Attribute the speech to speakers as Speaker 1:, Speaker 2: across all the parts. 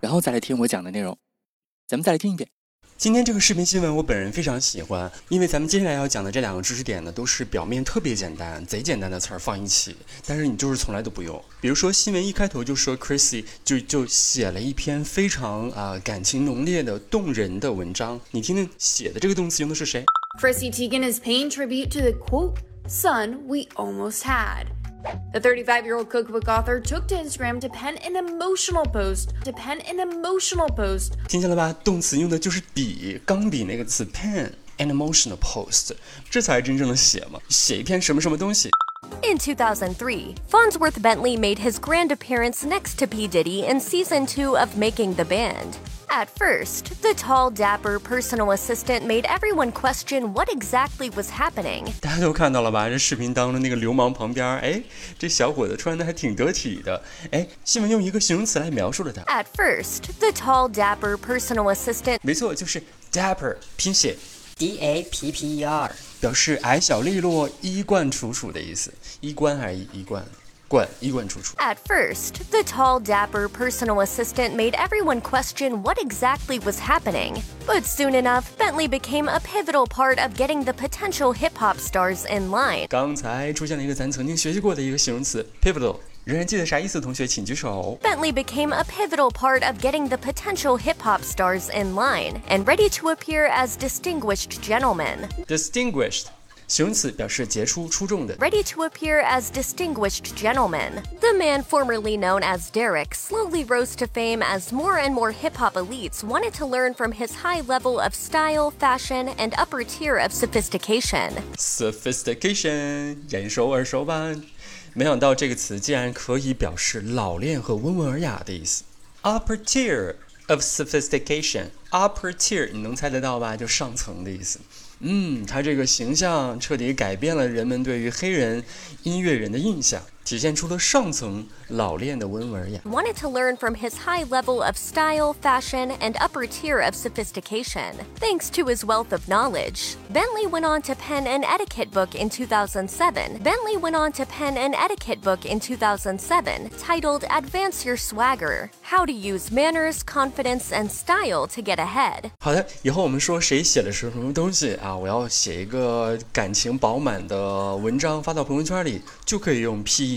Speaker 1: 然后再来听我讲的内容。咱们再来听一遍。
Speaker 2: 今天这个视频新闻我本人非常喜欢，因为咱们接下来要讲的这两个知识点呢，都是表面特别简单、贼简单的词儿放一起，但是你就是从来都不用。比如说新闻一开头就说 Chrissy 就就写了一篇非常啊、感情浓烈的、动人的文章，你听听写的这个动词用的是谁？
Speaker 3: Chrissy Teigen is paying tribute to the quote, son we almost had. The 35 year old cookbook author took to Instagram to pen an emotional post, to pen an emotional post
Speaker 2: 听见了吧？动词用的就是笔，钢笔那个词 pen。An emotional post，这才是真正的写嘛，写一篇什么什么东西。
Speaker 4: In 2003, Farnsworth Bentley made his grand appearance next to P. Diddy in season two of Making the Band. At first, the tall, dapper personal assistant made everyone question what exactly was happening.
Speaker 2: 大家都看到了吧？这视频当中那个流氓旁边，哎，这小伙子穿的还挺得体的。哎，新闻用一个形容词来描述了他，
Speaker 4: At first, the tall, dapper personal assistant
Speaker 2: 没错，就是 dapper，拼写
Speaker 5: D A P P E R。
Speaker 2: 表示矮小利落、衣冠楚楚的意思，衣冠而已，衣冠，冠，衣冠楚楚。
Speaker 4: At first, the tall, dapper personal assistant made everyone question what exactly was happening. But soon enough, Bentley became a pivotal part of getting the potential hip hop stars in line.
Speaker 2: 刚才出现了一个咱曾经学习过的一个形容词 pivotal，仍然记得啥意思的同学请举手。
Speaker 4: Bentley became a pivotal part of getting the potential hip hop stars in line and ready to appear as distinguished gentlemen.
Speaker 2: Distinguished，形容词表示杰出、出众的。
Speaker 4: Ready to appear as distinguished gentlemen. The man formerly known as Derek slowly rose to fame as more and more hip hop elites wanted to learn from his high level of style, fashion, and upper tier of sophistication.
Speaker 2: Sophistication，眼熟耳熟吧？没想到这个词竟然可以表示老练和温文尔雅的意思。Upper tier of sophistication，upper tier 你能猜得到吧？就上层的意思。嗯，他这个形象彻底改变了人们对于黑人音乐人的印象，体现出了上层老练的温文尔雅。
Speaker 4: Wanted to learn from his high level of style, fashion, and upper tier of sophistication. Thanks to his wealth of knowledge, Bentley went on to pen an etiquette book in 2007. Bentley went on to pen an etiquette book in 2007 titled Advance Your Swagger How to Use Manners, Confidence, and Style to Get Ahead.
Speaker 2: 好的，以后我们说谁写了什么什么东西啊，我要写一个感情饱满的文章发到朋友圈里，就可以用 pen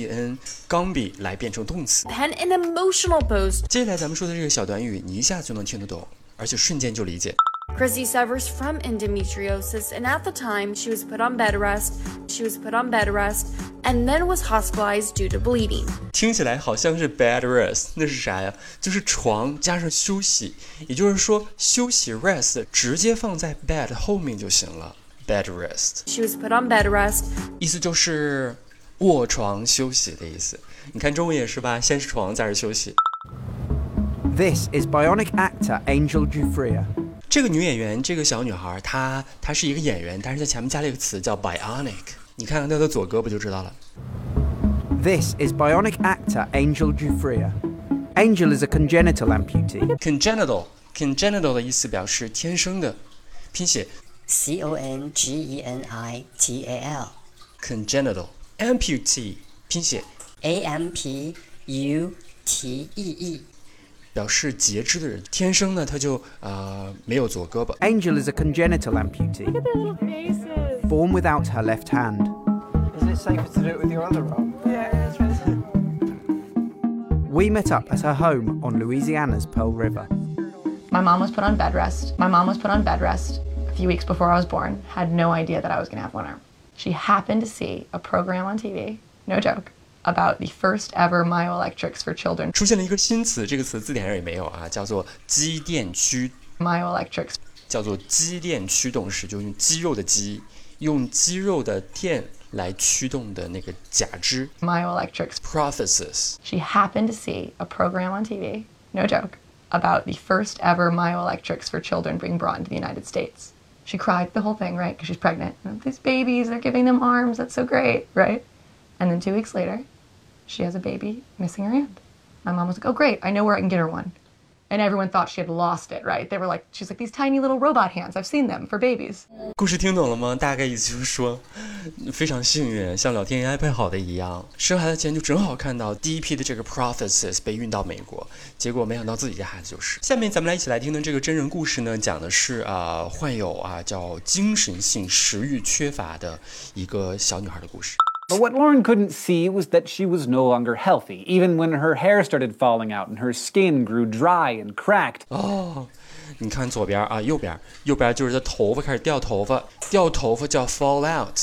Speaker 2: 钢笔来变成动词。
Speaker 3: pen an emotional post.
Speaker 2: 接下来咱们说的这个小短语，你一下就能听得懂，而且瞬间就理解。
Speaker 3: Chrissy suffers from endometriosis, and at the time, she was put on bed rest. She was put on bed rest and then was hospitalized due to bleeding.
Speaker 2: 听起来好像是 bed rest，那是啥呀？就是床加上休息，也就是说休息 rest 直接放在 bed 后面就行了。bed rest
Speaker 3: She was put on bed rest
Speaker 2: 意思就是卧床休息的意思。你看中文也是吧，先是床，再是休息。
Speaker 6: This is bionic actor Angel Jufria.
Speaker 2: 这个女演员，这个小女孩，她她是一个演员，但是在前面加了一个词叫 bionic。你看看她的左胳膊就知道了。
Speaker 6: This is bionic actor Angel Jufria. Angel is a congenital amputee.
Speaker 2: congenital congenital 的意思表示天生的，拼写
Speaker 5: C O N G E N I T A L
Speaker 2: congenital amputee 拼写
Speaker 5: A M P U T E E。
Speaker 2: 表示截肢的人，天生呢他就呃没有左胳膊。
Speaker 6: Angel is a congenital amputee. Look at their little faces. Born without her left hand.
Speaker 7: Is it safer to do it with your other arm? Yeah, it's right.
Speaker 6: We met up at her home on Louisiana's Pearl River.
Speaker 8: My mom was put on bed rest. My mom was put on bed rest a few weeks before I was born. Had no idea that I was going to have one arm. She happened to see a program on TV, no joke, about the first ever myoelectrics for children.
Speaker 2: 出现了一个新词，这个词字典上也没有啊，叫做肌电驱，
Speaker 8: Myoelectrics
Speaker 2: 叫做肌电驱动式，就用肌肉的肌，用肌肉的电来驱动的那个假肢。
Speaker 8: myoelectrics.
Speaker 2: Prophecies，
Speaker 8: She happened to see a program on TV, no joke, about the first ever myoelectrics for children being brought into the United States. She cried the whole thing, right? Because she's pregnant. And These babies, they're giving them arms. That's so great, right? And then two weeks later, she has a baby missing her hand. My mom was like, oh, great. I know where I can get her one. And everyone thought she had lost it, right? They were like, she's like, these tiny little robot hands. I've seen them for babies.
Speaker 2: 故事听懂了吗？大概意思就是说，非常幸运，像老天爷安排好的一样，生孩子前就正好看到第一批的这个 prophecies 被运到美国，结果没想到自己家孩子就是。下面咱们来一起来听的这个真人故事呢，讲的是啊、患有啊叫精神性食欲缺乏的一个小女孩的故事。
Speaker 9: But what Lauren couldn't see was that she was no longer healthy, even when her hair started falling out and her skin grew dry and cracked.
Speaker 2: 哦，你看左边啊，右边，右边就是她头发开始掉头发，掉头发叫 fall out。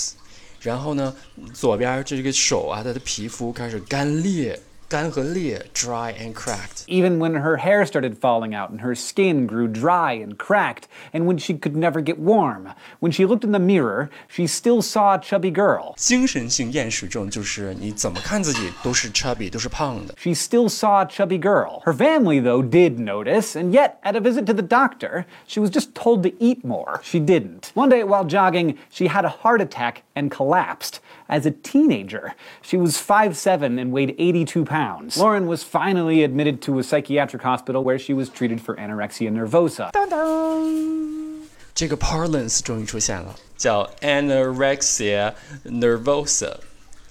Speaker 2: 然后呢，左边这个手啊，她的皮肤开始干裂、干和裂，dry and cracked。
Speaker 9: Even when her hair started falling out and her skin grew dry and cracked, and when she could never get warm. When she looked in the mirror, she still saw a chubby girl.
Speaker 2: 精神性厌食症就是你怎么看自己都是 chubby，都是胖的。
Speaker 9: She still saw a chubby girl. Her family, though, did notice, and yet, at a visit to the doctor, she was just told to eat more. She didn't. One day, while jogging, she had a heart attack and collapsed. As a teenager, she was 5'7 and weighed 82 pounds. Lauren was finally admitted to a psychiatric hospital where she was treated for anorexia nervosa.
Speaker 2: 这个 parlance 终于出现了，叫 anorexia nervosa，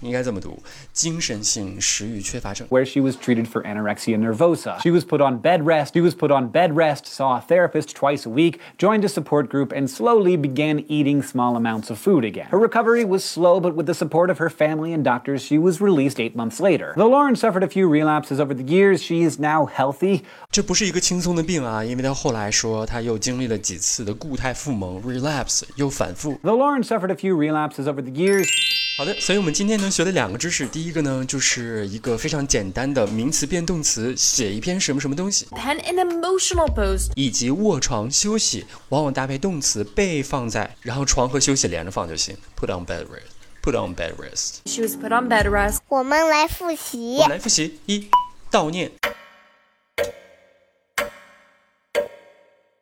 Speaker 2: 应该这么读，精神性食欲缺乏症。
Speaker 9: where she was treated for anorexia nervosa. She was put on bed rest. She was put on bed rest, saw a therapist twice a week, joined a support group, and slowly began eating small amounts of food again. Her recovery was slow, but with the support of her family and doctors, she was released eight months later. Though Lauren suffered a few relapses over the years, she is now healthy.
Speaker 2: 这不是一个轻松的病啊，因为他后来说他又经历了几次的固态复萌 （relapse），又反复。
Speaker 9: Though Lauren suffered a few relapses over the years,
Speaker 2: 好的，所以我们今天能学的两个知识，第一个呢就是一个非常简单的名词变动词，写一篇什么什么东西，
Speaker 3: Pen an emotional post.
Speaker 2: 以及卧床休息，往往搭配动词被放在，然后床和休息连着放就行。Put on bed rest. Put on bed rest.
Speaker 3: She was put on bed rest.
Speaker 10: 我们来复
Speaker 2: 我
Speaker 10: 习
Speaker 2: 们。来复习：一、悼念；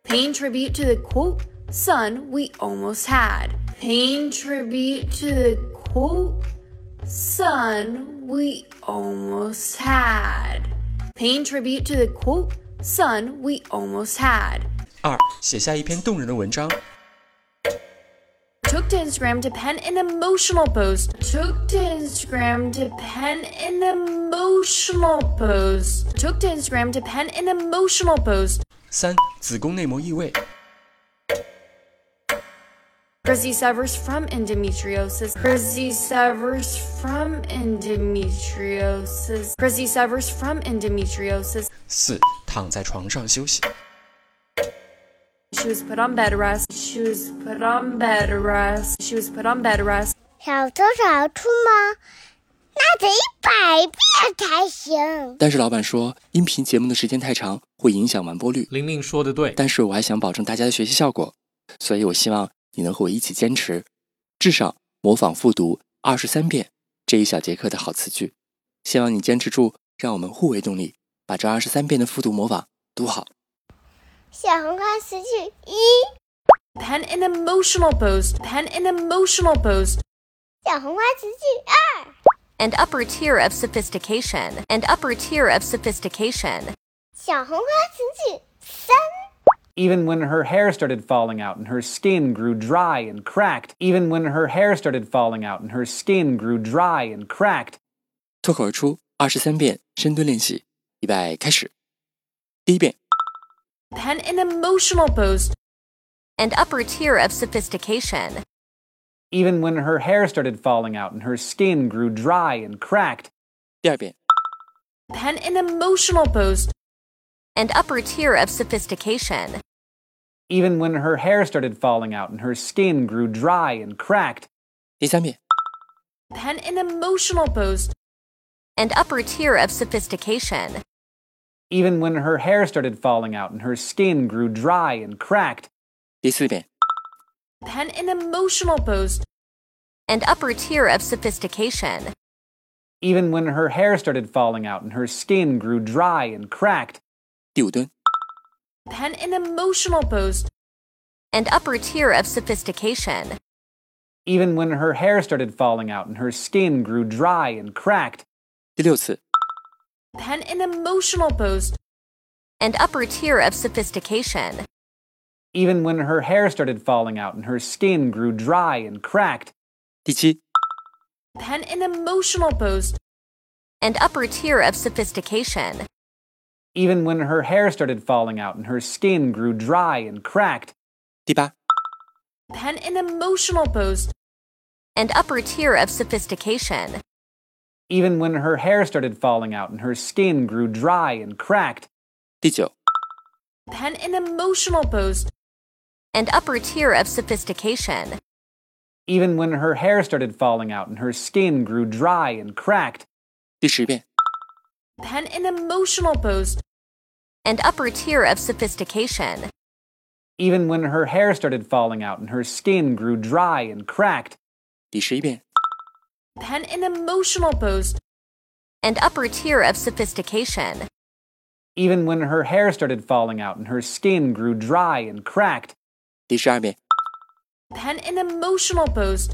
Speaker 3: Paying tribute to the quote, son we almost had. Paying tribute to the quote, son we almost had. Paying tribute to the quote, son we almost had.
Speaker 2: 二、写下一篇动人的文章；
Speaker 3: Took to Instagram to pen an emotional post. Took to Instagram to pen an emotional post. Took to Instagram to pen an emotional post.
Speaker 2: 三、子宫内膜异位；
Speaker 3: Chrissy severs from endometriosis. Chrissy severs from endometriosis. Chrissy severs from endometriosis.
Speaker 2: 四、躺在床上休息；
Speaker 3: She was put on bed rest. She was put on bed rest. She was put on bed rest.
Speaker 11: 小偷小出吗？那得一百遍才行。
Speaker 1: 但是老板说，音频节目的时间太长，会影响完播率。
Speaker 12: 玲玲说的对，
Speaker 1: 但是我还想保证大家的学习效果，所以我希望你能和我一起坚持，至少模仿复读二十三遍这一小节课的好词句。希望你坚持住，让我们互为动力，把这二十三遍的复读模仿读好。
Speaker 11: 小红花词句一，
Speaker 3: Pen an emotional post. Pen an emotional post.
Speaker 11: 小红花词句二，
Speaker 4: and upper tier of sophistication, and upper tier of sophistication.
Speaker 11: 小红花词句三，
Speaker 9: Even when her hair started falling out and her skin grew dry and cracked, even when her hair started falling out and her skin grew dry and cracked,
Speaker 1: 脱口而出二十三遍深蹲练习，预备开始。第一遍，
Speaker 3: Pen an emotional post.
Speaker 4: And upper tier of sophistication.
Speaker 9: even when her hair started falling out and her skin grew dry and cracked,
Speaker 1: 第二遍，
Speaker 3: Pen an emotional post.
Speaker 4: And upper tier of sophistication.
Speaker 9: even when her hair started falling out and her skin grew dry and cracked,
Speaker 1: 第三遍，
Speaker 3: Pen an emotional post.
Speaker 4: And upper tier of sophistication.
Speaker 9: even when her hair started falling out and her skin grew dry and cracked,
Speaker 1: 第四遍，
Speaker 3: Pen an emotional post.
Speaker 4: And upper tier of sophistication.
Speaker 9: even when her hair started falling out and her skin grew dry and cracked,
Speaker 1: 第五蹲，
Speaker 3: pen an emotional post,
Speaker 4: and upper tier of sophistication.
Speaker 9: even when her hair started falling out and her skin grew dry and cracked.
Speaker 1: 第六次，
Speaker 3: pen an emotional post,
Speaker 4: and upper tier of sophistication.
Speaker 9: Even when her hair started falling out and her skin grew dry and cracked.
Speaker 1: 第七，
Speaker 3: pen an emotional post,
Speaker 4: and upper tier of sophistication.
Speaker 9: Even when her hair started falling out and her skin grew dry and cracked.
Speaker 1: 第八，
Speaker 3: pen an emotional post,
Speaker 4: and upper tier of sophistication.
Speaker 9: Even when her hair started falling out and her skin grew dry and cracked.
Speaker 1: 第九，
Speaker 3: pen an emotional post,
Speaker 4: and upper tier of sophistication.
Speaker 9: Even when her hair started falling out and her skin grew dry and cracked.
Speaker 1: 第十遍，
Speaker 3: pen an emotional post,
Speaker 4: and upper tier of sophistication.
Speaker 9: Even when her hair started falling out and her skin grew dry and cracked.
Speaker 1: 第十一遍，
Speaker 3: pen an emotional post,
Speaker 4: and upper tier of sophistication.
Speaker 9: Even when her hair started falling out and her skin grew dry and cracked.
Speaker 1: 第十二遍，
Speaker 3: pen an emotional post,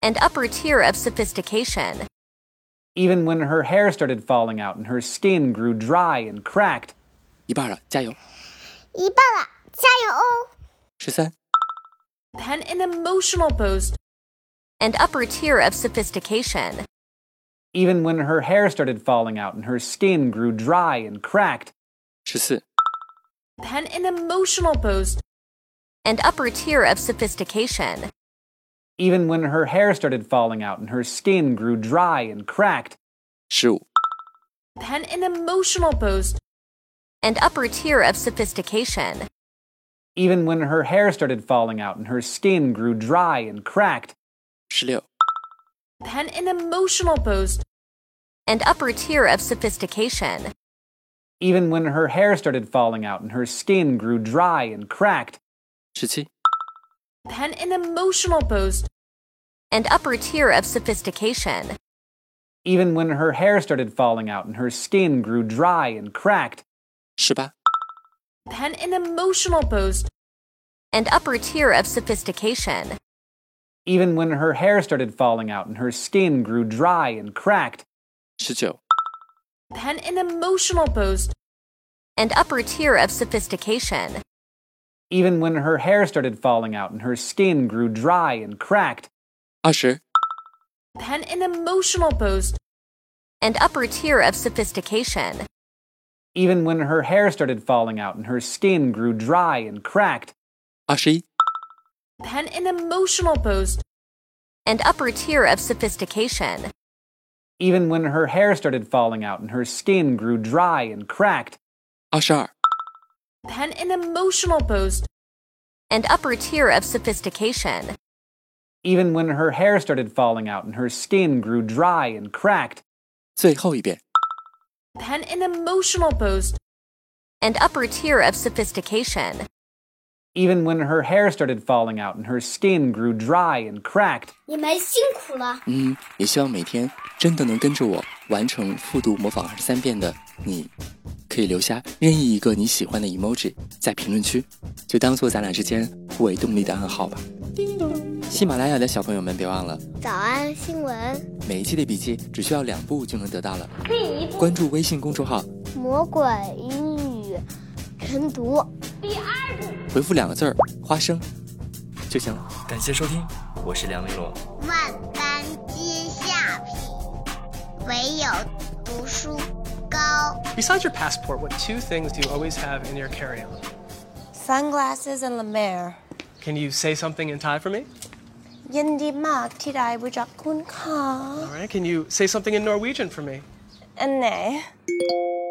Speaker 4: and upper tier of sophistication.
Speaker 9: even when her hair started falling out and her skin grew dry and cracked.
Speaker 1: 一半了，加油！
Speaker 11: 一半了，加油哦！
Speaker 1: 十三、
Speaker 3: pen an emotional post,
Speaker 4: and upper tier of sophistication.
Speaker 9: Even when her hair started falling out and her skin grew dry and cracked.
Speaker 1: 十四、
Speaker 3: pen an emotional post,
Speaker 4: and upper tier of sophistication.
Speaker 9: Even when her hair started falling out and her skin grew dry and cracked.
Speaker 1: 十五、
Speaker 3: pen an emotional post,
Speaker 4: and upper tier of sophistication.
Speaker 9: Even when her hair started falling out and her skin grew dry and cracked.
Speaker 1: 十六、
Speaker 3: pen an emotional post,
Speaker 4: and upper tier of sophistication.
Speaker 9: Even when her hair started falling out and her skin grew dry and cracked.
Speaker 1: 十七、
Speaker 3: pen an emotional post,
Speaker 4: and upper tier of sophistication.
Speaker 9: Even when her hair started falling out and her skin grew dry and cracked.
Speaker 1: 十八、
Speaker 3: pen an emotional post,
Speaker 4: and upper tier of sophistication.
Speaker 9: even when her hair started falling out and her skin grew dry and cracked,
Speaker 1: 十九、
Speaker 3: pen an emotional post,
Speaker 4: and upper tier of sophistication.
Speaker 9: even when her hair started falling out and her skin grew dry and cracked,
Speaker 1: 二十、
Speaker 3: pen an emotional post,
Speaker 4: and upper tier of sophistication.
Speaker 9: even when her hair started falling out and her skin grew dry and cracked,
Speaker 1: 二十一、
Speaker 3: pen an emotional post,
Speaker 4: and upper tier of sophistication.
Speaker 9: even when her hair started falling out and her skin grew dry and cracked,
Speaker 1: 二十二、
Speaker 3: pen an emotional post,
Speaker 4: and upper tier of sophistication.
Speaker 9: even when her hair started falling out and her skin grew dry and cracked,
Speaker 1: 最后一遍。
Speaker 3: pen an emotional post,
Speaker 4: and upper tier of sophistication.
Speaker 9: even when her hair started falling out and her skin grew dry and cracked,
Speaker 11: 你们辛苦了。
Speaker 1: 嗯，也希望每天真的能跟着我完成复读模仿二十三遍的你，可以留下任意一个你喜欢的 emoji 在评论区，就当做咱俩之间互为动力的暗号吧。叮咚！喜马拉雅的小朋友们别忘了，
Speaker 10: 早安新闻，
Speaker 1: 每一期的笔记只需要两步就能得到了。
Speaker 10: 可以一步
Speaker 1: 关注微信公众号，
Speaker 10: 魔鬼英语晨读第二部。
Speaker 1: 回复两个字儿“花生”就行了。感谢收听，我是梁丽罗。
Speaker 11: 万般皆下品，唯有读书高。
Speaker 12: Besides your passport, what two things do you always have in your carry on?
Speaker 13: Sunglasses and La Mer.
Speaker 12: Can you say something in Thai for me?
Speaker 13: Yindi mak tidai bujak kun ka.
Speaker 12: All right, can you say something in Norwegian for me?
Speaker 13: Ane.